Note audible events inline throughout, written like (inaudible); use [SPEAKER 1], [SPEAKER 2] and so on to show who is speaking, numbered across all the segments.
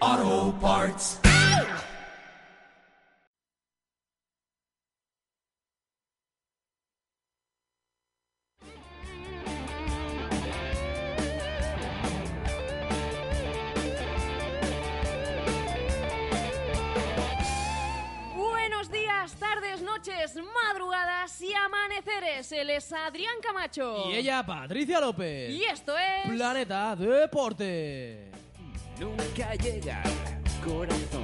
[SPEAKER 1] Auto Parts.
[SPEAKER 2] Buenos días, tardes, noches, madrugadas y amaneceres. Él es Adrián Camacho.
[SPEAKER 3] Y ella, Patricia López.
[SPEAKER 2] Y esto es.
[SPEAKER 3] Planeta Deporte.
[SPEAKER 4] Nunca llega, corazón.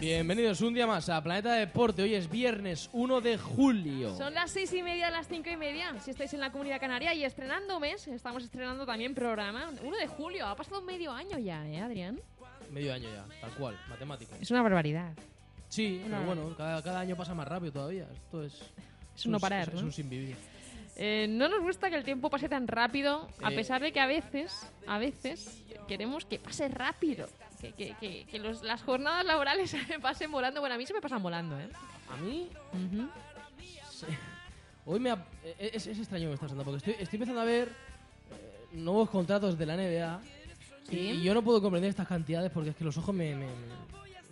[SPEAKER 3] Bienvenidos un día más a Planeta Deporte. Hoy es viernes 1 de julio.
[SPEAKER 2] Son las seis y media, las cinco y media. Si estáis en la comunidad canaria y estrenando mes, estamos estrenando también programa. 1 de julio, ha pasado medio año ya, ¿eh, Adrián?
[SPEAKER 3] Medio año ya, tal cual, matemático.
[SPEAKER 2] Es una barbaridad.
[SPEAKER 3] Sí,
[SPEAKER 2] Una-
[SPEAKER 3] pero bueno, cada, cada año pasa más rápido todavía. Esto es.
[SPEAKER 2] Es un no parar,
[SPEAKER 3] Es,
[SPEAKER 2] ¿no?
[SPEAKER 3] un sin vivir.
[SPEAKER 2] Eh, no nos gusta que el tiempo pase tan rápido, a
[SPEAKER 3] Eh.
[SPEAKER 2] pesar de que a veces, a veces, queremos que pase rápido. Que, que- que- que los- las jornadas laborales (laughs) pasen volando. Bueno, a mí se me pasan volando, ¿eh?
[SPEAKER 3] A mí,
[SPEAKER 2] Ujú.
[SPEAKER 3] se- hoy me. ha- eh, Es, es extraño que me está pasando porque estoy, estoy empezando a ver eh, nuevos contratos de la NBA.
[SPEAKER 2] Sí.
[SPEAKER 3] Y, y yo no puedo comprender estas cantidades porque es que los ojos me, me,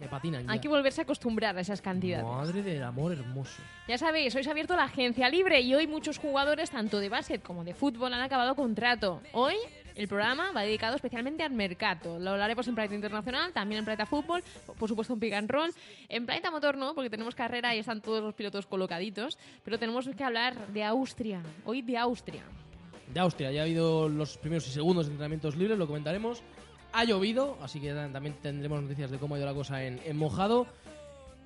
[SPEAKER 3] me patinan. ya.
[SPEAKER 2] Hay que volverse a acostumbrar a esas cantidades.
[SPEAKER 3] Madre del amor hermoso.
[SPEAKER 2] Ya sabéis, hoy se ha abierto la agencia libre y hoy muchos jugadores, tanto de básquet como de fútbol, han acabado contrato. Hoy el programa va dedicado especialmente al mercado. Lo hablaremos en Planeta Internacional, también en Planeta Fútbol, por supuesto en Pick and Roll. En Planeta Motor no, porque tenemos carrera y están todos los pilotos colocaditos, pero tenemos que hablar de Austria. Hoy de Austria.
[SPEAKER 3] De Austria, ya ha habido los primeros y segundos entrenamientos libres, lo comentaremos. Ha llovido, así que ta- también tendremos noticias de cómo ha ido la cosa en, en mojado.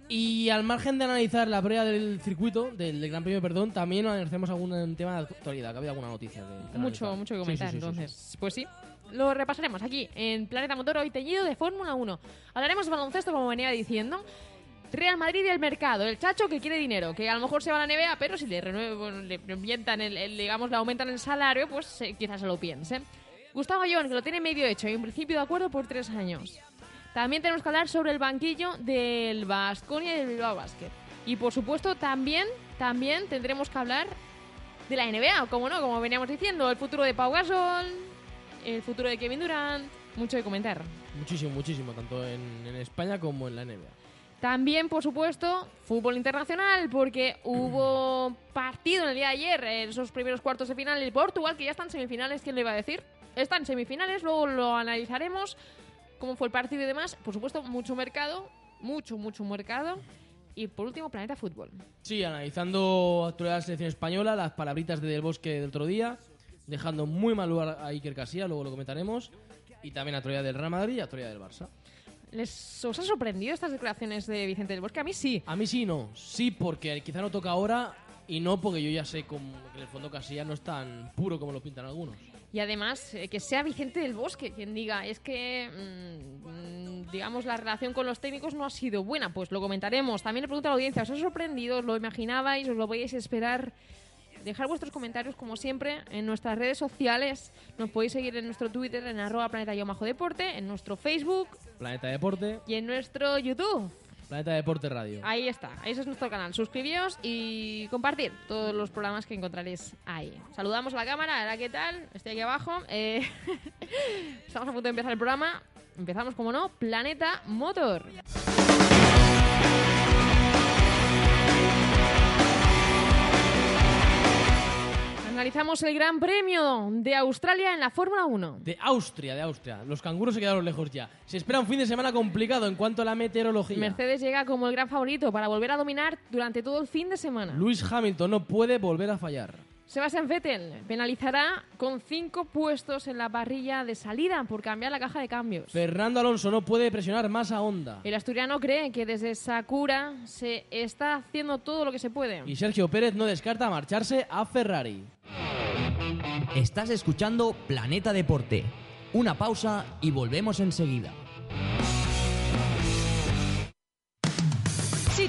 [SPEAKER 3] Y al margen de analizar la prueba del circuito, del, del Gran Premio, perdón, también analizaremos algún tema de actualidad, que ha habido alguna noticia. de- que
[SPEAKER 2] Mucho,
[SPEAKER 3] analizar.
[SPEAKER 2] mucho que
[SPEAKER 3] Sí, sí,
[SPEAKER 2] comentar,
[SPEAKER 3] sí, sí,
[SPEAKER 2] entonces.
[SPEAKER 3] sí.
[SPEAKER 2] Pues sí. Lo repasaremos aquí en Planeta Motor hoy teñido de Fórmula 1. Hablaremos de baloncesto, como venía diciendo. Real Madrid y el mercado. El chacho que quiere dinero, que a lo mejor se va a la NBA, pero si le, renuevan, le aumentan el, el- digamos, le aumentan el salario, pues eh, quizás se lo piense. Gustavo Ayón, que lo tiene medio hecho y en principio de acuerdo por tres años. También tenemos que hablar sobre el banquillo del Vasconia y del Bilbao Basket. Y por supuesto, también, también tendremos que hablar de la NBA, como no, como veníamos diciendo, el futuro de Pau Gasol, el futuro de Kevin Durant, mucho que comentar.
[SPEAKER 3] Muchísimo, muchísimo, tanto en, en España como en la NBA.
[SPEAKER 2] También, por supuesto, fútbol internacional, porque hubo partido en el día de ayer, en esos primeros cuartos de final, el Portugal, que ya están en semifinales, ¿quién lo iba a decir? Está en semifinales, luego lo analizaremos, cómo fue el partido y demás. Por supuesto, mucho mercado, mucho, mucho mercado. Y por último, Planeta Fútbol.
[SPEAKER 3] Sí, analizando actualidad de la selección española, las palabritas de Del Bosque del otro día, dejando muy mal lugar a Iker Casillas, luego lo comentaremos. Y también actualidad del Real Madrid y actualidad del Barça.
[SPEAKER 2] ¿Les os ha sorprendido estas declaraciones de Vicente del Bosque? A mí sí.
[SPEAKER 3] A mí sí, y no. Sí, porque quizá no toca ahora y no porque yo ya sé como que en el fondo Casillas no es tan puro como lo pintan algunos.
[SPEAKER 2] Y además, eh, que sea Vicente del Bosque quien diga, es que, mm, mm, digamos, la relación con los técnicos no ha sido buena. Pues lo comentaremos. También le pregunto a la audiencia, ¿os ha sorprendido? ¿Os lo imaginabais? ¿Os lo podíais esperar? Dejar vuestros comentarios, como siempre, en nuestras redes sociales. Nos podéis seguir en nuestro Twitter, en arroba planeta-deporte, en nuestro Facebook
[SPEAKER 3] Planeta Deporte,
[SPEAKER 2] y en nuestro YouTube.
[SPEAKER 3] Planeta Deporte Radio.
[SPEAKER 2] Ahí está, ese es nuestro canal. Suscribíos y compartir todos los programas que encontraréis ahí. Saludamos a la cámara, ahora qué tal, estoy aquí abajo. Eh, (laughs) estamos a punto de empezar el programa. Empezamos, como no, Planeta Motor. Analizamos el Gran Premio de Australia en la Fórmula 1.
[SPEAKER 3] De Austria, de Austria. Los canguros se quedaron lejos ya. Se espera un fin de semana complicado en cuanto a la meteorología.
[SPEAKER 2] Mercedes llega como el gran favorito para volver a dominar durante todo el fin de semana.
[SPEAKER 3] Luis Hamilton no puede volver a fallar.
[SPEAKER 2] Sebastian Vettel penalizará con cinco puestos en la parrilla de salida por cambiar la caja de cambios.
[SPEAKER 3] Fernando Alonso no puede presionar más a Honda.
[SPEAKER 2] El asturiano cree que desde Sakura se está haciendo todo lo que se puede.
[SPEAKER 3] Y Sergio Pérez no descarta marcharse a Ferrari.
[SPEAKER 5] Estás escuchando Planeta Deporte. Una pausa y volvemos enseguida.
[SPEAKER 6] Si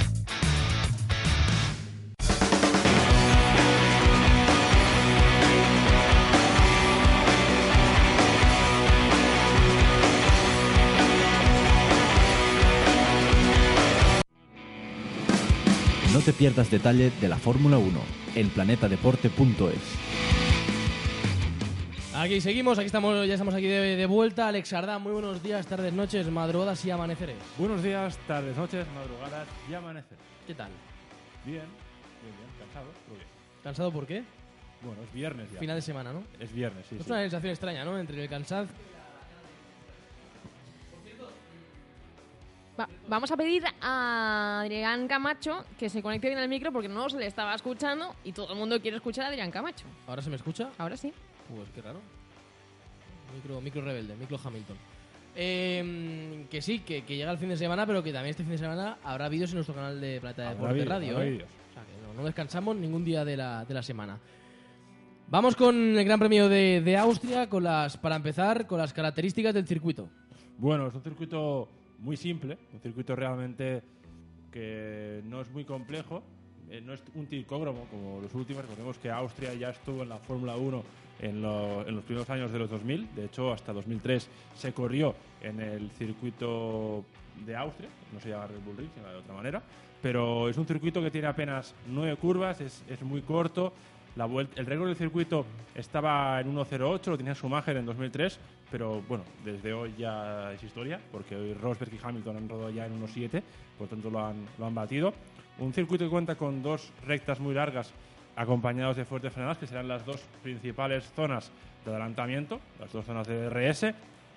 [SPEAKER 7] No te pierdas detalle de la Fórmula 1 en planetadeporte.es.
[SPEAKER 3] Aquí seguimos, aquí estamos, ya estamos aquí de, de vuelta. Alex Ardán, muy buenos días, tardes, noches, madrugadas y amaneceres.
[SPEAKER 8] Buenos días, tardes, noches, madrugadas y amanecer.
[SPEAKER 3] ¿Qué tal?
[SPEAKER 8] Bien, bien, bien, cansado, pero bien.
[SPEAKER 3] ¿Cansado por qué?
[SPEAKER 8] Bueno, es viernes ya.
[SPEAKER 3] Final de semana, ¿no?
[SPEAKER 8] Es viernes, sí.
[SPEAKER 3] Es
[SPEAKER 8] sí.
[SPEAKER 3] una sensación extraña, ¿no? Entre el cansancio.
[SPEAKER 2] Va- vamos a pedir a Adrián Camacho que se conecte bien al micro porque no se le estaba escuchando y todo el mundo quiere escuchar a Adrián Camacho.
[SPEAKER 3] ¿Ahora se me escucha?
[SPEAKER 2] Ahora sí.
[SPEAKER 3] Pues qué raro. Micro, micro rebelde, micro Hamilton. Eh, que sí, que, que llega el fin de semana, pero que también este fin de semana habrá vídeos en nuestro canal de Plata
[SPEAKER 8] Habrá
[SPEAKER 3] Deporte
[SPEAKER 8] vídeos,
[SPEAKER 3] Radio.
[SPEAKER 8] habrá
[SPEAKER 3] ¿eh?
[SPEAKER 8] vídeos.
[SPEAKER 3] O sea, que no, no descansamos ningún día de la, de la semana. Vamos con el Gran Premio de, de Austria, con las, para empezar, con las características del circuito.
[SPEAKER 8] Bueno, es un circuito muy simple, un circuito realmente que no es muy complejo, eh, no es un ticódromo como los últimos, recordemos que Austria ya estuvo en la Fórmula 1 en, lo- en los primeros años de los 2000, de hecho hasta 2003 se corrió en el circuito de Austria, no se llama Red Bull Ring, se llama de otra manera, pero es un circuito que tiene apenas nueve curvas, es, es muy corto, la vuelta- el récord del circuito estaba en 1.08, lo tenía Schumacher en 2003, pero bueno, desde hoy ya es historia, porque hoy Rosberg y Hamilton han rodado ya en 1.7, por tanto lo han, lo han batido. Un circuito que cuenta con dos rectas muy largas acompañados de fuertes frenadas, que serán las dos principales zonas de adelantamiento, las dos zonas de DRS.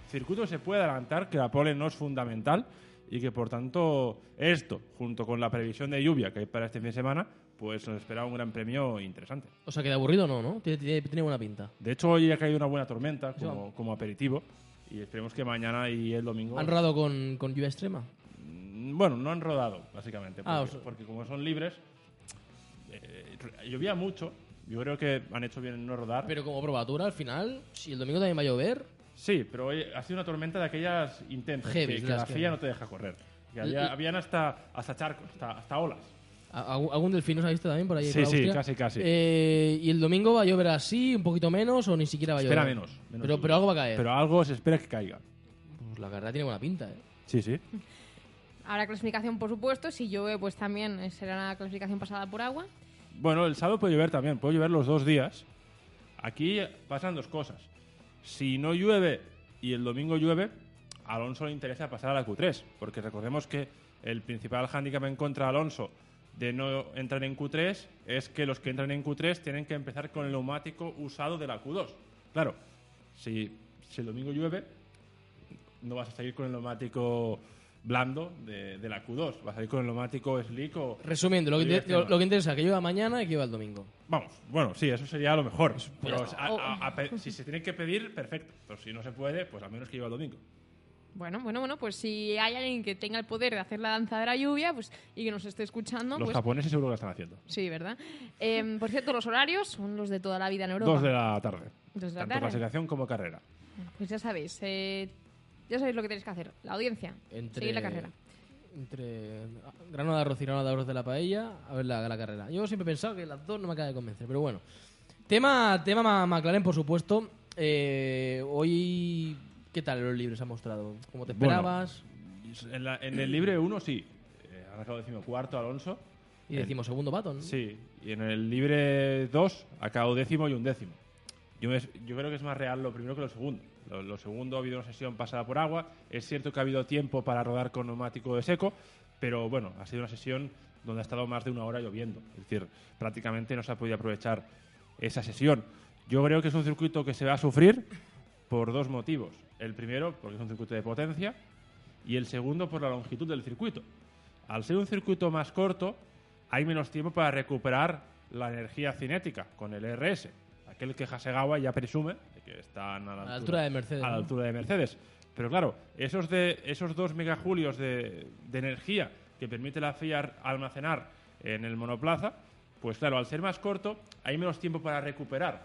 [SPEAKER 8] Circuito que se puede adelantar, que la pole no es fundamental y que por tanto esto, junto con la previsión de lluvia que hay para este fin de semana, pues nos espera un gran premio interesante.
[SPEAKER 3] O sea, que de aburrido no, ¿no? Tiene, tiene- tiene buena pinta.
[SPEAKER 8] De hecho, hoy ha caído una buena tormenta
[SPEAKER 3] Sí,
[SPEAKER 8] como, como aperitivo y esperemos que mañana y el domingo...
[SPEAKER 3] ¿Han rodado con, con lluvia extrema?
[SPEAKER 8] Mm, Bueno, no han rodado, básicamente, porque,
[SPEAKER 3] Ah, o sea-
[SPEAKER 8] porque como son libres, eh, r- llovía mucho. Yo creo que han hecho bien en no rodar.
[SPEAKER 3] Pero como probatura, al final, si el domingo también va a llover,
[SPEAKER 8] sí, pero hoy ha sido una tormenta de aquellas intensas, que,
[SPEAKER 3] Heavies,
[SPEAKER 8] que
[SPEAKER 3] las
[SPEAKER 8] la
[SPEAKER 3] que-
[SPEAKER 8] FIA no te deja correr. Que
[SPEAKER 3] L-
[SPEAKER 8] había-
[SPEAKER 3] l-
[SPEAKER 8] habían hasta, hasta charcos, hasta, hasta olas.
[SPEAKER 3] ¿A- ¿Algún algún delfín os ha visto también por ahí?
[SPEAKER 8] Sí,
[SPEAKER 3] por
[SPEAKER 8] sí,
[SPEAKER 3] Austria?
[SPEAKER 8] casi, casi.
[SPEAKER 3] Eh, ¿Y el domingo va a llover así, un poquito menos o ni siquiera va a llover?
[SPEAKER 8] Espera menos,
[SPEAKER 3] pero,
[SPEAKER 8] menos lluvia.
[SPEAKER 3] pero algo va a caer.
[SPEAKER 8] Pero algo se espera que caiga.
[SPEAKER 3] Pues la carrera tiene buena pinta, ¿eh?
[SPEAKER 8] Sí, sí.
[SPEAKER 2] Habrá clasificación, por supuesto. Si llueve, pues también eh, será una clasificación pasada por agua.
[SPEAKER 8] Bueno, el sábado puede llover también, puede llover los dos días. Aquí pasan dos cosas. Si no llueve y el domingo llueve, a Alonso le interesa pasar a la Q3, porque recordemos que el principal hándicap en contra de Alonso de no entrar en Q3 es que los que entran en Q3 tienen que empezar con el neumático usado de la Q2. Claro, si, si el domingo llueve, no vas a seguir con el neumático blando de, de la Q2, vas a ir con el neumático slick o...
[SPEAKER 3] Resumiendo, lo que,
[SPEAKER 8] Lluvia
[SPEAKER 3] te- lo,
[SPEAKER 8] extrema.
[SPEAKER 3] lo que interesa, que llueva mañana y que llueva el domingo.
[SPEAKER 8] Vamos, bueno, sí, eso sería lo mejor. Pero
[SPEAKER 3] ya está.
[SPEAKER 2] Oh.
[SPEAKER 8] a- a- a pe- si se tiene que pedir, perfecto. Pero si no se puede, pues a menos que lleve el domingo.
[SPEAKER 2] Bueno, bueno, bueno, pues si hay alguien que tenga el poder de hacer la danza de la lluvia pues, y que nos esté escuchando,
[SPEAKER 8] Los
[SPEAKER 2] pues
[SPEAKER 8] japoneses seguro que lo están haciendo.
[SPEAKER 2] sí, ¿verdad? Em, por cierto, los horarios son los de toda la vida en Europa.
[SPEAKER 8] Dos de la tarde.
[SPEAKER 2] Dos de la
[SPEAKER 8] Tanto
[SPEAKER 2] tarde.
[SPEAKER 8] clasificación como carrera.
[SPEAKER 2] Pues ya sabéis, eh, ya sabéis lo que tenéis que hacer. La audiencia,
[SPEAKER 3] Entre,
[SPEAKER 2] seguir la carrera.
[SPEAKER 3] Entre grano de arroz y grano de arroz de la paella, a ver la, la carrera. Yo siempre he pensado que las dos no me acaba de convencer, pero bueno. Tema, tema Ma- McLaren, por supuesto. Eh, hoy, ¿qué tal los libres ha mostrado? ¿Cómo te
[SPEAKER 8] Bueno,
[SPEAKER 3] esperabas?
[SPEAKER 8] En, la- en el libre 1, sí. Eh, han acabado decimocuarto Alonso.
[SPEAKER 3] y decimos segundo pato, ¿no?
[SPEAKER 8] eh, Sí. Y en el libre 2, acabado décimo y un décimo. Yo, me- yo creo que es más real lo primero que lo segundo. Lo, lo segundo ha habido una sesión pasada por agua. Es cierto que ha habido tiempo para rodar con neumático de seco, pero bueno, ha sido una sesión donde ha estado más de una hora lloviendo. Es decir, prácticamente no se ha podido aprovechar esa sesión. Yo creo que es un circuito que se va a sufrir por dos motivos. El primero, porque es un circuito de potencia, y el segundo, por la longitud del circuito. Al ser un circuito más corto, hay menos tiempo para recuperar la energía cinética con el RS, aquel que Hasegawa ya presume de que están a la,
[SPEAKER 3] A la altura de Mercedes,
[SPEAKER 8] a la
[SPEAKER 3] ¿no?
[SPEAKER 8] altura de Mercedes. Pero claro, esos, de, esos 2 megajulios de, de energía que permite la FIA almacenar en el monoplaza, pues claro, al ser más corto, hay menos tiempo para recuperar.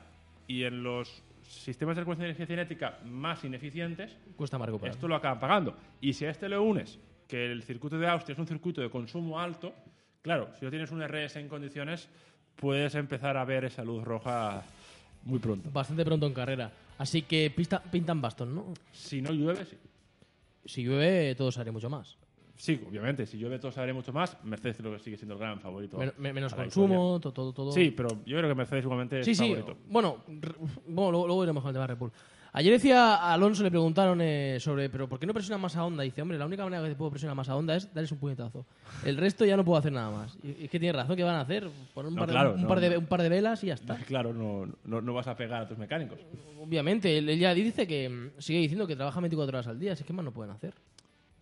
[SPEAKER 8] Y en los sistemas de recuperación de energía cinética más ineficientes,
[SPEAKER 3] Cuesta más recuperar.
[SPEAKER 8] esto lo acaban pagando. Y si a este le unes que el circuito de Austria es un circuito de consumo alto, claro, si no tienes un RS en condiciones, puedes empezar a ver esa luz roja muy pronto.
[SPEAKER 3] Bastante pronto en carrera. Así que pista- pintan Baston, ¿no?
[SPEAKER 8] Si no llueve, sí.
[SPEAKER 3] Si llueve, todo sale mucho más.
[SPEAKER 8] Sí, obviamente, si llueve todos sabremos mucho más. Mercedes creo que sigue siendo el gran favorito.
[SPEAKER 3] Men- men- menos
[SPEAKER 8] a la
[SPEAKER 3] consumo, todo, todo, todo.
[SPEAKER 8] victoria. Sí, pero yo creo que Mercedes igualmente
[SPEAKER 3] sí,
[SPEAKER 8] es
[SPEAKER 3] sí.
[SPEAKER 8] favorito.
[SPEAKER 3] Bueno, r- bueno, luego, luego iremos con el tema de Red Bull. Ayer decía a Alonso, le preguntaron eh, sobre, pero ¿por qué no presiona más a Honda? Dice, hombre, la única manera que puedo presionar más a Honda es darles un puñetazo. El resto ya no puedo hacer nada más. Y y es que tiene razón, ¿qué van a hacer? Poner un,
[SPEAKER 8] No,
[SPEAKER 3] par, de-
[SPEAKER 8] claro,
[SPEAKER 3] un
[SPEAKER 8] no,
[SPEAKER 3] par de,
[SPEAKER 8] no.
[SPEAKER 3] un par de velas y ya está.
[SPEAKER 8] (laughs) Claro, no, no, no vas a pegar a tus mecánicos.
[SPEAKER 3] Obviamente, él, él ya dice que mm, sigue diciendo que trabaja 24 horas al día, así que más no pueden hacer.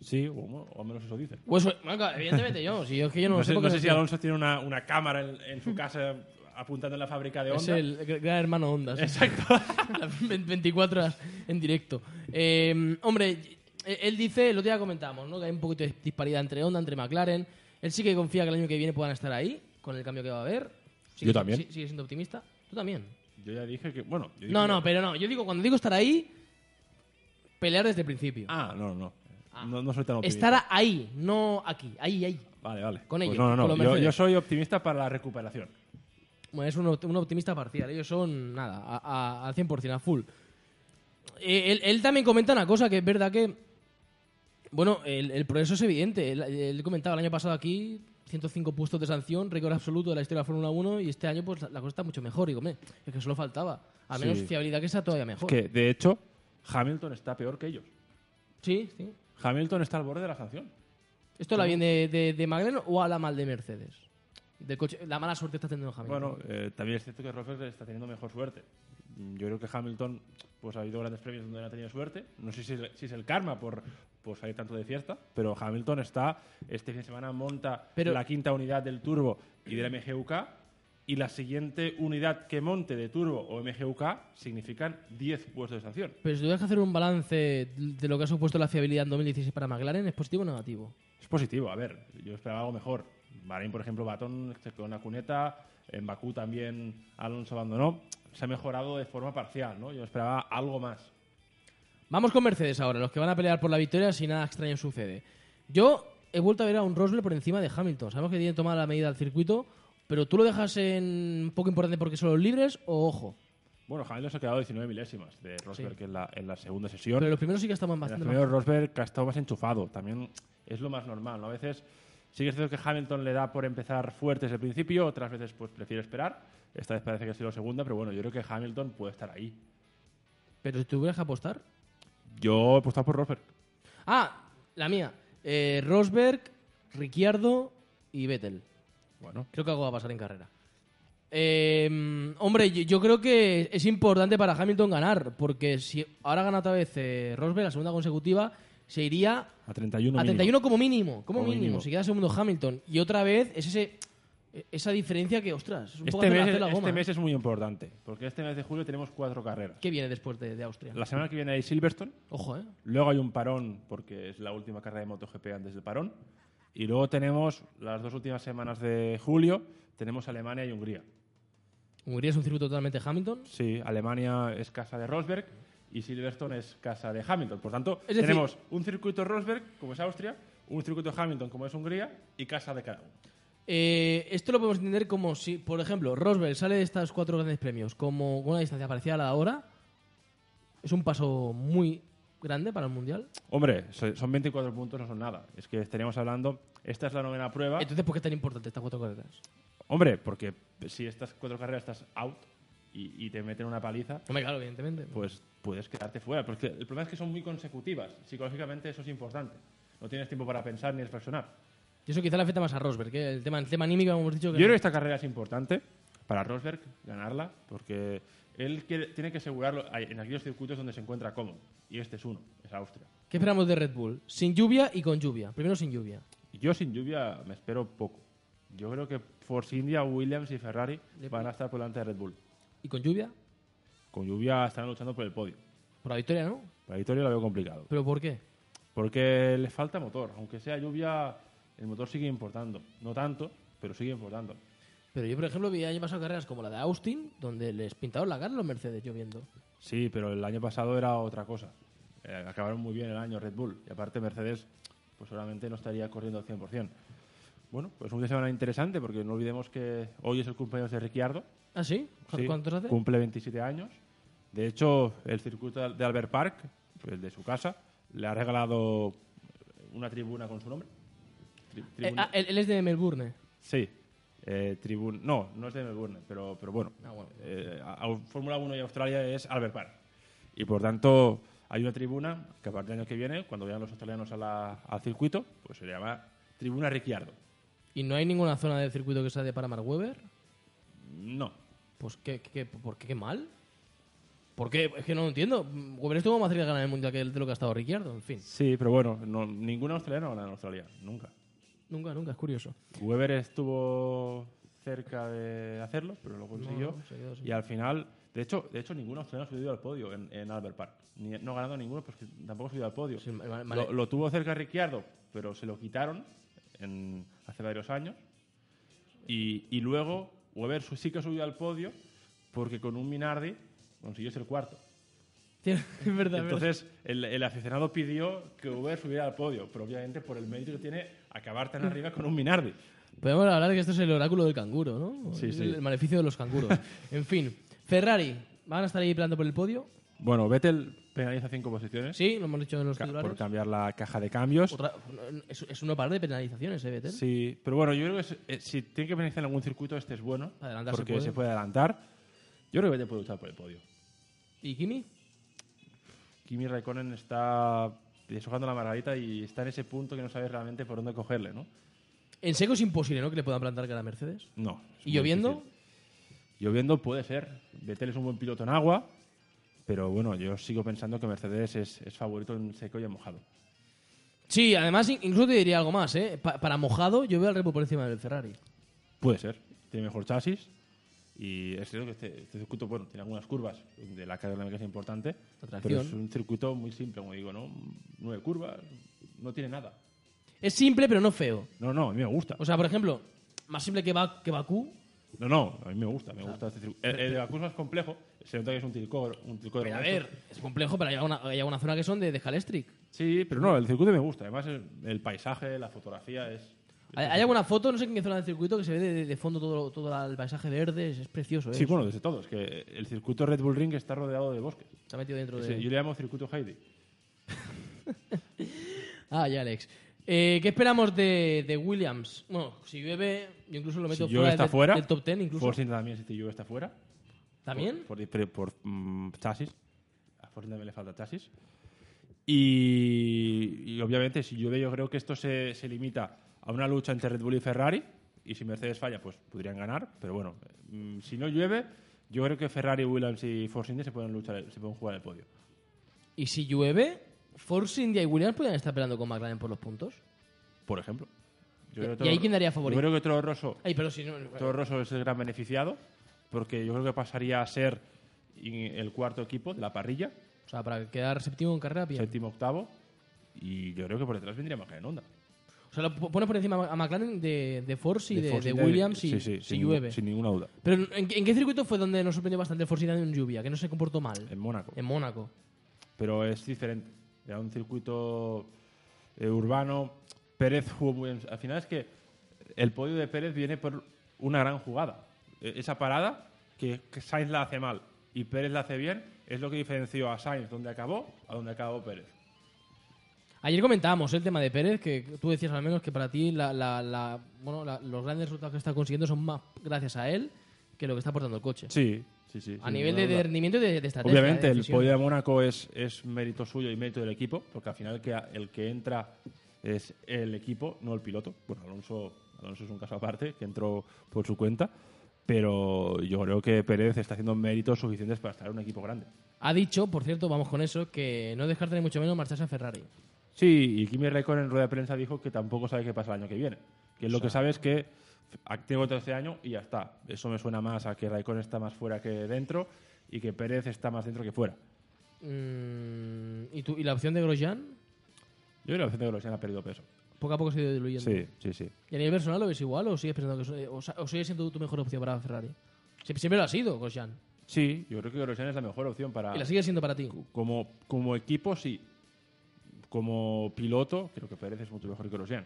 [SPEAKER 8] Sí, o, o al menos eso dicen.
[SPEAKER 3] O eso- bueno, claro, evidentemente yo, si yo es que yo no,
[SPEAKER 8] No,
[SPEAKER 3] lo
[SPEAKER 8] sé,
[SPEAKER 3] sé,
[SPEAKER 8] no
[SPEAKER 3] porque
[SPEAKER 8] sé si Alonso tiene una, una cámara en, en (laughs) su casa apuntando en la fábrica de
[SPEAKER 3] Es
[SPEAKER 8] Honda.
[SPEAKER 3] el gr- gran hermano Onda. (laughs) Exacto. 24 horas en directo. Eh, hombre, eh, él dice, lo día comentábamos, ¿no? que hay un poquito de disparidad entre Honda, entre McLaren. Él sí que confía que el año que viene puedan estar ahí, con el cambio que va a haber. Sigue-
[SPEAKER 8] Yo también.
[SPEAKER 3] sí- Sigue siendo optimista. Tú también.
[SPEAKER 8] Yo ya dije que, bueno... yo dije
[SPEAKER 3] No,
[SPEAKER 8] que-
[SPEAKER 3] no, pero no. Yo digo, cuando digo estar ahí, pelear desde el principio.
[SPEAKER 8] Ah, no, no. No, no soy tan optimista.
[SPEAKER 3] estar ahí, no aquí, ahí, ahí.
[SPEAKER 8] Vale, vale.
[SPEAKER 3] con
[SPEAKER 8] Pues
[SPEAKER 3] ellos,
[SPEAKER 8] no, no,
[SPEAKER 3] con los
[SPEAKER 8] no. Yo,
[SPEAKER 3] Mercedes.
[SPEAKER 8] yo soy optimista para la recuperación.
[SPEAKER 3] Bueno, es un, opt- un optimista parcial. Ellos son, nada, a- a- al 100%, a full. Eh, Él, él también comenta una cosa que es verdad que. Bueno, el, el progreso es evidente. Él, él comentaba el año pasado aquí 105 puestos de sanción, récord absoluto de la historia de la Fórmula 1. Y este año, pues la, la cosa está mucho mejor. Y, hombre, es que solo faltaba. Al menos
[SPEAKER 8] Sí.
[SPEAKER 3] fiabilidad que sea todavía
[SPEAKER 8] Es
[SPEAKER 3] mejor.
[SPEAKER 8] que, de hecho, Hamilton está peor que ellos.
[SPEAKER 3] Sí, sí.
[SPEAKER 8] Hamilton está al borde de la sanción.
[SPEAKER 3] ¿Esto la bien de, de, de McLaren o a la mal de Mercedes? Del coche, la mala suerte está teniendo Hamilton.
[SPEAKER 8] Bueno, eh, también es cierto que Rosberg está teniendo mejor suerte. Mm, Yo creo que Hamilton pues ha habido grandes premios donde no ha tenido suerte. No sé si es, si es el karma por, por salir tanto de fiesta, pero Hamilton está este fin de semana monta
[SPEAKER 3] Pero-
[SPEAKER 8] la quinta unidad del turbo y del MGUK y la siguiente unidad que monte de turbo o MGUK significan 10 puestos de sanción.
[SPEAKER 3] Pero si tuvieras que hacer un balance de lo que ha supuesto la fiabilidad en 2016 para McLaren, ¿es positivo o negativo?
[SPEAKER 8] Es positivo, a ver, yo esperaba algo mejor. Bahrein, por ejemplo, Batón se quedó en la cuneta, en Bakú también Alonso abandonó. Se ha mejorado de forma parcial, ¿no? Yo esperaba algo más.
[SPEAKER 3] Vamos con Mercedes ahora, los que van a pelear por la victoria si nada extraño sucede. Yo he vuelto a ver a un Rosberg por encima de Hamilton. Sabemos que tiene tomada la medida del circuito, pero tú lo dejas en poco importante porque son los libres o ojo.
[SPEAKER 8] Bueno, Hamilton se ha quedado 19 milésimas de Rosberg en, la, en la segunda sesión.
[SPEAKER 3] Pero los primeros sí que estamos
[SPEAKER 8] En el
[SPEAKER 3] bastante
[SPEAKER 8] primero Rosberg ha estado más enchufado. También es lo más normal, ¿no? A veces sí que es cierto que Hamilton le da por empezar fuerte desde el principio, otras veces pues prefiere esperar. Esta vez parece que ha sido la segunda, pero bueno, yo creo que Hamilton puede estar ahí.
[SPEAKER 3] mal. Pero si tuvieras que apostar.
[SPEAKER 8] Yo he apostado por Rosberg.
[SPEAKER 3] Ah, la mía. Eh, Rosberg, Ricciardo y Vettel.
[SPEAKER 8] Bueno,
[SPEAKER 3] Creo que algo va a pasar en carrera. Eh, hombre, yo, yo creo que es importante para Hamilton ganar, porque si ahora gana otra vez eh, Rosberg, la segunda consecutiva, se iría
[SPEAKER 8] a 31
[SPEAKER 3] a
[SPEAKER 8] mínimo.
[SPEAKER 3] 31 como mínimo, como,
[SPEAKER 8] Como
[SPEAKER 3] mínimo.
[SPEAKER 8] mínimo.
[SPEAKER 3] Si queda segundo Hamilton. Y otra vez es ese esa diferencia que, ostras, es un poco
[SPEAKER 8] Este,
[SPEAKER 3] hacer la-
[SPEAKER 8] mes,
[SPEAKER 3] hacer la
[SPEAKER 8] este
[SPEAKER 3] goma. ¿eh?
[SPEAKER 8] mes es muy importante, porque este mes de julio tenemos cuatro carreras.
[SPEAKER 3] ¿Qué viene después de, de Austria?
[SPEAKER 8] La semana que viene hay Silverstone,
[SPEAKER 3] Ojo, ¿eh?
[SPEAKER 8] luego hay un parón, porque es la última carrera de MotoGP antes del parón, y luego tenemos las dos últimas semanas de julio, tenemos Alemania y Hungría.
[SPEAKER 3] Hungría es un circuito totalmente Hamilton.
[SPEAKER 8] Sí, Alemania es casa de Rosberg y Silverstone es casa de Hamilton. Por tanto,
[SPEAKER 3] Es decir-
[SPEAKER 8] tenemos un circuito Rosberg, como es Austria, un circuito Hamilton, como es Hungría, y casa de cada uno.
[SPEAKER 3] Eh, esto lo podemos entender como si, por ejemplo, Rosberg sale de estos cuatro grandes premios como con una distancia parecida a la de ahora. Es un paso muy grande para el Mundial.
[SPEAKER 8] Hombre, so- son 24 puntos, no son nada. Es que estaríamos hablando, esta es la novena prueba.
[SPEAKER 3] Entonces, ¿por qué es tan importante estas cuatro carreras?
[SPEAKER 8] Hombre, porque si estas cuatro carreras estás out y, y te meten una paliza,
[SPEAKER 3] No me claro, evidentemente.
[SPEAKER 8] pues puedes quedarte fuera. Porque el problema es que son muy consecutivas. Psicológicamente eso es importante. No tienes tiempo para pensar ni reflexionar.
[SPEAKER 3] Y eso quizá le afecta más a Rosberg, que el tema, el tema anímico hemos dicho
[SPEAKER 8] Yo
[SPEAKER 3] que...
[SPEAKER 8] creo que esta carrera es importante para Rosberg ganarla, porque él quiere- tiene que asegurarlo ahí, en aquellos circuitos donde se encuentra cómodo. Y este es uno, es Austria.
[SPEAKER 3] ¿Qué esperamos de Red Bull? Sin lluvia y con lluvia. Primero sin lluvia.
[SPEAKER 8] Yo sin lluvia me espero poco. Yo creo que Force India, Williams y Ferrari
[SPEAKER 3] Le-
[SPEAKER 8] van a estar por delante de Red Bull.
[SPEAKER 3] ¿Y con lluvia?
[SPEAKER 8] Con lluvia estarán luchando por el podio.
[SPEAKER 3] Por la victoria, ¿no?
[SPEAKER 8] Para Victoria lo veo complicado.
[SPEAKER 3] ¿Pero por qué?
[SPEAKER 8] Porque le falta motor. Aunque sea lluvia, el motor sigue importando. No tanto, pero sigue importando.
[SPEAKER 3] Pero yo, por ejemplo, vi año pasado carreras como la de Austin, donde les pintaron la cara a los Mercedes lloviendo.
[SPEAKER 8] Sí, pero el año pasado era otra cosa. Eh, acabaron muy bien el año Red Bull. Y aparte Mercedes, pues seguramente no estaría corriendo al 100%. Bueno, pues un fin de semana interesante porque no olvidemos que hoy es el cumpleaños de Ricciardo.
[SPEAKER 3] ¿Ah, sí?
[SPEAKER 8] Sí,
[SPEAKER 3] ¿Cuántos hace?
[SPEAKER 8] Cumple 27 años. De hecho, el circuito de Albert Park, el de su casa, le ha regalado una tribuna con su nombre. Tri-
[SPEAKER 3] Eh,
[SPEAKER 8] tribuna.
[SPEAKER 3] ah, él, él es de Melbourne.
[SPEAKER 8] Sí. Eh, tribun no, no es de Melbourne, pero, pero bueno.
[SPEAKER 3] Ah, bueno.
[SPEAKER 8] Eh, a- a- Fórmula 1 y Australia es Albert Park. Y por tanto, hay una tribuna que a partir del año que viene, cuando vayan los australianos a la- al circuito, pues se llama Tribuna Ricciardo.
[SPEAKER 3] ¿Y no hay ninguna zona del circuito que sea de para Mark Webber?
[SPEAKER 8] No.
[SPEAKER 3] Pues qué, qué- ¿por qué, qué mal? ¿Por qué? Es que no lo entiendo. Webber estuvo más cerca de ganar el mundial que de lo que ha estado Ricciardo, en fin.
[SPEAKER 8] Sí, pero bueno, no, ningún australiano gana en Australia, nunca.
[SPEAKER 3] Nunca, nunca, es curioso.
[SPEAKER 8] Weber estuvo cerca de hacerlo, pero lo consiguió.
[SPEAKER 3] no, se quedó sin-
[SPEAKER 8] y al final, de hecho, de hecho ninguno australiano ha subido al podio en, en Albert Park. Ni- no ganando ninguno, porque tampoco ha subido al podio.
[SPEAKER 3] Sí, vale, vale.
[SPEAKER 8] lo, lo tuvo cerca Ricciardo, pero se lo quitaron en- hace varios años. Y, y luego Weber su- sí que ha subido al podio porque con un Minardi consiguió ser cuarto.
[SPEAKER 3] Tiene- (laughs) es verdad, es verdad.
[SPEAKER 8] Entonces, el, el aficionado pidió que Weber subiera al podio, pero obviamente por el mérito que tiene acabar tan arriba con un Minardi.
[SPEAKER 3] Podemos hablar de que esto es el oráculo del canguro, ¿no?
[SPEAKER 8] Sí,
[SPEAKER 3] Es
[SPEAKER 8] sí.
[SPEAKER 3] El maleficio de los canguros.
[SPEAKER 8] (laughs)
[SPEAKER 3] en fin, Ferrari, ¿van a estar ahí peleando por el podio?
[SPEAKER 8] Bueno, Vettel penaliza cinco posiciones
[SPEAKER 3] Sí, lo hemos dicho en los
[SPEAKER 8] ¿Eh? ca-
[SPEAKER 3] titulares.
[SPEAKER 8] por cambiar la caja de cambios.
[SPEAKER 3] Otra- es, es una parada de penalizaciones, ¿eh, Vettel?
[SPEAKER 8] Sí, pero bueno, yo creo que es- eh, si tiene que penalizar en algún circuito, este es bueno.
[SPEAKER 3] Adelantarse
[SPEAKER 8] porque
[SPEAKER 3] puede.
[SPEAKER 8] se puede adelantar. Yo creo que Vettel puede luchar por el podio.
[SPEAKER 3] ¿Y Kimi?
[SPEAKER 8] Kimi Raikkonen está deshojando la margarita y está en ese punto que no sabes realmente por dónde cogerle, ¿no?
[SPEAKER 3] En seco es imposible, ¿no? Que le puedan plantar cara a Mercedes.
[SPEAKER 8] No. es
[SPEAKER 3] ¿Y
[SPEAKER 8] muy
[SPEAKER 3] lloviendo?
[SPEAKER 8] difícil. Lloviendo puede ser. Vettel es un buen piloto en agua, pero bueno, yo sigo pensando que Mercedes es, es favorito en seco y en mojado.
[SPEAKER 3] Sí, además, in- incluso te diría algo más, ¿eh? Pa- para mojado, yo veo al Red Bull por encima del Ferrari.
[SPEAKER 8] Puede ser. Tiene mejor chasis y es cierto que este, este circuito bueno, tiene algunas curvas de la carga dinámica es importante,
[SPEAKER 3] Atracción.
[SPEAKER 8] pero es un circuito muy simple, como digo, ¿no? Nueve curvas, no tiene nada.
[SPEAKER 3] Es simple, pero no feo.
[SPEAKER 8] No, no, a mí me gusta.
[SPEAKER 3] O sea, por ejemplo, más simple que, Ba- que Bakú.
[SPEAKER 8] No, no, a mí me gusta, me gusta este circuito. El, el de Bakú es más complejo, se nota que es un circuito, un circuito
[SPEAKER 3] Pero a
[SPEAKER 8] honesto.
[SPEAKER 3] ver, es complejo, pero hay alguna, hay alguna zona que son de, de Halestric.
[SPEAKER 8] Sí, pero no, el circuito me gusta. Además, el, el paisaje, la fotografía es.
[SPEAKER 3] Hay, hay alguna foto, no sé en qué zona del circuito, que se ve de, de- de fondo todo, todo la- el paisaje verde, es, es precioso, ¿eh?
[SPEAKER 8] Sí, bueno, desde todo. Es que el circuito Red Bull Ring está rodeado de bosques.
[SPEAKER 3] Está metido dentro
[SPEAKER 8] Ese-
[SPEAKER 3] de... Pues
[SPEAKER 8] Yo le llamo circuito Heidi.
[SPEAKER 3] Ah, ya, Alex. Eh, ¿Qué esperamos de, de Williams? Bueno, si llueve, yo incluso lo meto
[SPEAKER 8] si yo
[SPEAKER 3] fuera,
[SPEAKER 8] está
[SPEAKER 3] del-
[SPEAKER 8] fuera,
[SPEAKER 3] del top 10 incluso.
[SPEAKER 8] Force India también, si yo está fuera.
[SPEAKER 3] ¿También?
[SPEAKER 8] Por, por, por, mm, chasis. A Force India también le falta chasis. Y, y obviamente, si llueve, yo creo que esto se, se limita a una lucha entre Red Bull y Ferrari. Y si Mercedes falla, pues podrían ganar. Pero bueno, mm, si no llueve, yo creo que Ferrari, Williams y Force India se pueden, luchar, se pueden jugar el podio.
[SPEAKER 3] Y si llueve, Force India y Williams podrían estar peleando con McLaren por los puntos.
[SPEAKER 8] por ejemplo.
[SPEAKER 3] ¿Y-
[SPEAKER 8] creo que
[SPEAKER 3] y ahí quién daría favorito?
[SPEAKER 8] Yo creo que Toro Rosso,
[SPEAKER 3] Ay, pero si no...
[SPEAKER 8] Toro Rosso es el gran beneficiado, porque yo creo que pasaría a ser in- el cuarto equipo de la parrilla,
[SPEAKER 3] O sea, para quedar séptimo en carrera, bien.
[SPEAKER 8] séptimo, octavo, y yo creo que por detrás vendría McLaren Honda.
[SPEAKER 3] O sea, lo po- pones por encima a McLaren de, de Force y de,
[SPEAKER 8] Force
[SPEAKER 3] de
[SPEAKER 8] India-
[SPEAKER 3] Williams y,
[SPEAKER 8] sí, sí,
[SPEAKER 3] si
[SPEAKER 8] sin-
[SPEAKER 3] llueve.
[SPEAKER 8] Sin ninguna duda.
[SPEAKER 3] Pero ¿en, en qué circuito fue donde nos sorprendió bastante el Force India en lluvia? Que no se comportó mal.
[SPEAKER 8] En Mónaco.
[SPEAKER 3] En Mónaco.
[SPEAKER 8] Pero es diferente. Era un circuito eh, urbano. Pérez jugó muy bien. Al final es que el podio de Pérez viene por una gran jugada. E- Esa parada que, que Sainz la hace mal y Pérez la hace bien es lo que diferenció a Sainz donde acabó a donde acabó Pérez.
[SPEAKER 3] Ayer comentábamos el tema de Pérez, que tú decías al menos que para ti la- la- la- bueno, la- los grandes resultados que está consiguiendo son más gracias a él que lo que está aportando el coche.
[SPEAKER 8] Sí, sí, sí.
[SPEAKER 3] a nivel de, de rendimiento y de, de estrategia.
[SPEAKER 8] Obviamente,
[SPEAKER 3] de
[SPEAKER 8] el
[SPEAKER 3] decisión.
[SPEAKER 8] podio de Mónaco es, es mérito suyo y mérito del equipo, porque al final el que, el que entra es el equipo, no el piloto. Bueno, Alonso, Alonso es un caso aparte, que entró por su cuenta, pero yo creo que Pérez está haciendo méritos suficientes para estar en un equipo grande.
[SPEAKER 3] Ha dicho, por cierto, vamos con eso, que no descarta ni mucho menos marcharse a Ferrari.
[SPEAKER 8] Sí, y Kimi Raikkonen en rueda de prensa dijo que tampoco sabe qué pasa el año que viene, Que lo que sabe es que activo todo este año y ya está. Eso me suena más a que Raikkonen está más fuera que dentro y que Pérez está más dentro que fuera.
[SPEAKER 3] Mm, ¿y, tú- ¿Y la opción de Grosjean?
[SPEAKER 8] Yo creo que la opción de ha perdido peso.
[SPEAKER 3] Poco a poco se ha ido diluyendo.
[SPEAKER 8] Sí, sí, sí.
[SPEAKER 3] ¿Y a nivel personal lo ves igual o sigues pensando que es- eh, o, sa- o sigue siendo tu- tu mejor opción para Ferrari? Sie- Siempre lo ha sido, Grosjean.
[SPEAKER 8] Sí, yo creo que Grosjean es la mejor opción para...
[SPEAKER 3] Y la sigue siendo para ti.
[SPEAKER 8] Como, como equipo, sí. Como piloto, creo que Pérez es mucho mejor que Grosjean.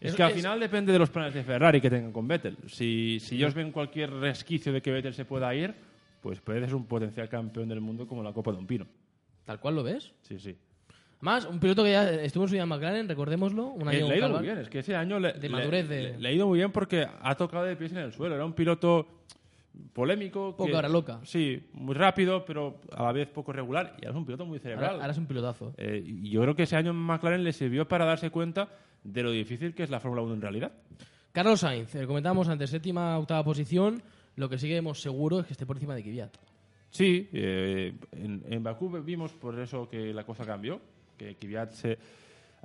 [SPEAKER 8] Es
[SPEAKER 3] Es-
[SPEAKER 8] que al
[SPEAKER 3] es-
[SPEAKER 8] final depende de los planes de Ferrari que tengan con Vettel. Si, si ellos ven cualquier resquicio de que Vettel se pueda ir, pues Pérez es un potencial campeón del mundo como la Copa de un Pino.
[SPEAKER 3] Tal cual lo ves.
[SPEAKER 8] Sí, sí.
[SPEAKER 3] Más, un piloto que ya estuvo en su vida en McLaren, recordémoslo. Un
[SPEAKER 8] Eh,
[SPEAKER 3] año
[SPEAKER 8] le ha ido
[SPEAKER 3] Calvar-
[SPEAKER 8] muy bien, es que ese año le,
[SPEAKER 3] De
[SPEAKER 8] le-
[SPEAKER 3] madurez de-
[SPEAKER 8] le- le ha ido muy bien porque ha tocado de pies en el suelo. Era un piloto polémico.
[SPEAKER 3] Poco ahora loca.
[SPEAKER 8] Sí, muy rápido, pero a la vez poco regular. Y ahora es un piloto muy
[SPEAKER 3] Ahora,
[SPEAKER 8] cerebral.
[SPEAKER 3] ahora es un pilotazo.
[SPEAKER 8] Eh, y yo creo que ese año en McLaren le sirvió para darse cuenta de lo difícil que es la Fórmula 1 en realidad.
[SPEAKER 3] Carlos Sainz, eh, comentábamos antes, séptima, octava posición. Lo que sí que vemos seguro es que esté por encima de Kvyat.
[SPEAKER 8] Sí, eh, en, en Bakú vimos por eso que la cosa cambió, que Kvyat se,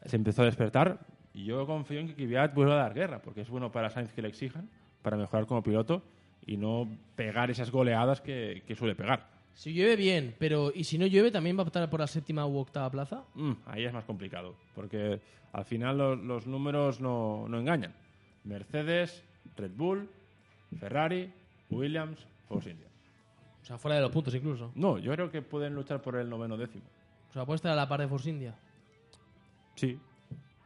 [SPEAKER 8] se empezó a despertar. Y yo confío en que Kvyat vuelva a dar guerra, porque es bueno para Sainz que le exijan, para mejorar como piloto y no pegar esas goleadas que, que suele pegar.
[SPEAKER 3] Si llueve bien, pero y si no llueve también va a optar por la séptima u octava plaza.
[SPEAKER 8] Mm, ahí es más complicado, porque al final los, los números no, no engañan. Mercedes, Red Bull, Ferrari, Williams, Force India.
[SPEAKER 3] O sea, fuera de los puntos incluso.
[SPEAKER 8] No, yo creo que pueden luchar por el noveno décimo.
[SPEAKER 3] O sea, puede estar a la par de Force India.
[SPEAKER 8] Sí,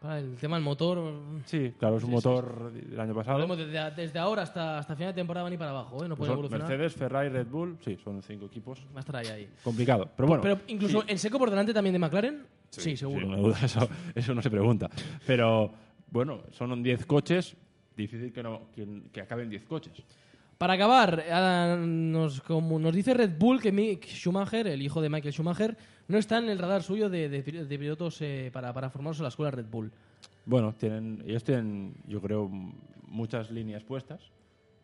[SPEAKER 3] Para Ah, el tema del motor, mm,
[SPEAKER 8] sí, claro, es un
[SPEAKER 3] Sí, sí,
[SPEAKER 8] motor del año pasado.
[SPEAKER 3] podemos desde, desde ahora hasta, hasta final de temporada van y para abajo, ¿eh? No
[SPEAKER 8] Pues
[SPEAKER 3] puede
[SPEAKER 8] son
[SPEAKER 3] evolucionar.
[SPEAKER 8] Mercedes, Ferrari, Red Bull, sí, son cinco equipos.
[SPEAKER 3] Va a estar ahí, ahí.
[SPEAKER 8] Complicado, pero bueno.
[SPEAKER 3] Pero incluso en seco por delante también de McLaren, sí,
[SPEAKER 8] Sí,
[SPEAKER 3] seguro.
[SPEAKER 8] no hay duda, eso, (laughs) eso no se pregunta. Pero bueno, son 10 coches, difícil que, no, que, que acaben 10 coches.
[SPEAKER 3] Para acabar, eh, nos, como nos dice Red Bull que Mick Schumacher, el hijo de Michael Schumacher, no está en el radar suyo de, de pil- de pilotos eh, para, para formarse en la escuela Red Bull.
[SPEAKER 8] Bueno, tienen, ellos tienen, yo creo, m- muchas líneas puestas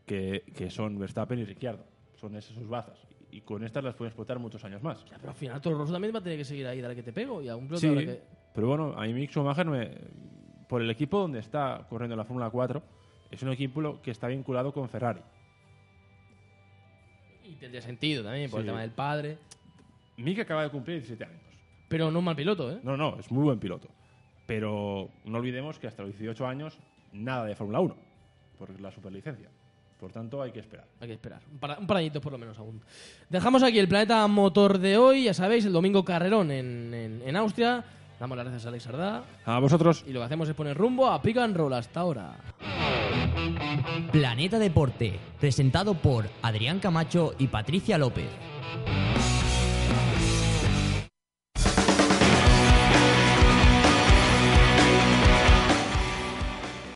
[SPEAKER 8] que, que son Verstappen y Ricciardo. Son esas sus bazas. Y con estas las pueden explotar muchos años más.
[SPEAKER 3] Ya, pero al final Toro Rosso también va a tener que seguir ahí, dale que te pego. Y a un piloto
[SPEAKER 8] Sí,
[SPEAKER 3] habrá que...
[SPEAKER 8] pero bueno, a mí Mick Schumacher, me- por el equipo donde está corriendo la Fórmula 4, es un equipo que está vinculado con Ferrari.
[SPEAKER 3] Y tendría sentido también por el
[SPEAKER 8] Sí.
[SPEAKER 3] tema del padre.
[SPEAKER 8] Mick acaba de cumplir 17 años.
[SPEAKER 3] Pero no un mal piloto, ¿eh?
[SPEAKER 8] No, no, es muy buen piloto. Pero no olvidemos que hasta los 18 años nada de Fórmula 1, por la superlicencia. Por tanto, hay que esperar.
[SPEAKER 3] Hay que esperar. Un, para- un paradito por lo menos aún. Dejamos aquí el planeta motor de hoy. Ya sabéis, el domingo carrerón en, en- en Austria. Damos las gracias a Alex Sardá.
[SPEAKER 8] A vosotros.
[SPEAKER 3] Y lo que hacemos es poner rumbo a Pick and Roll hasta ahora.
[SPEAKER 5] Planeta Deporte, presentado por Adrián Camacho y Patricia López.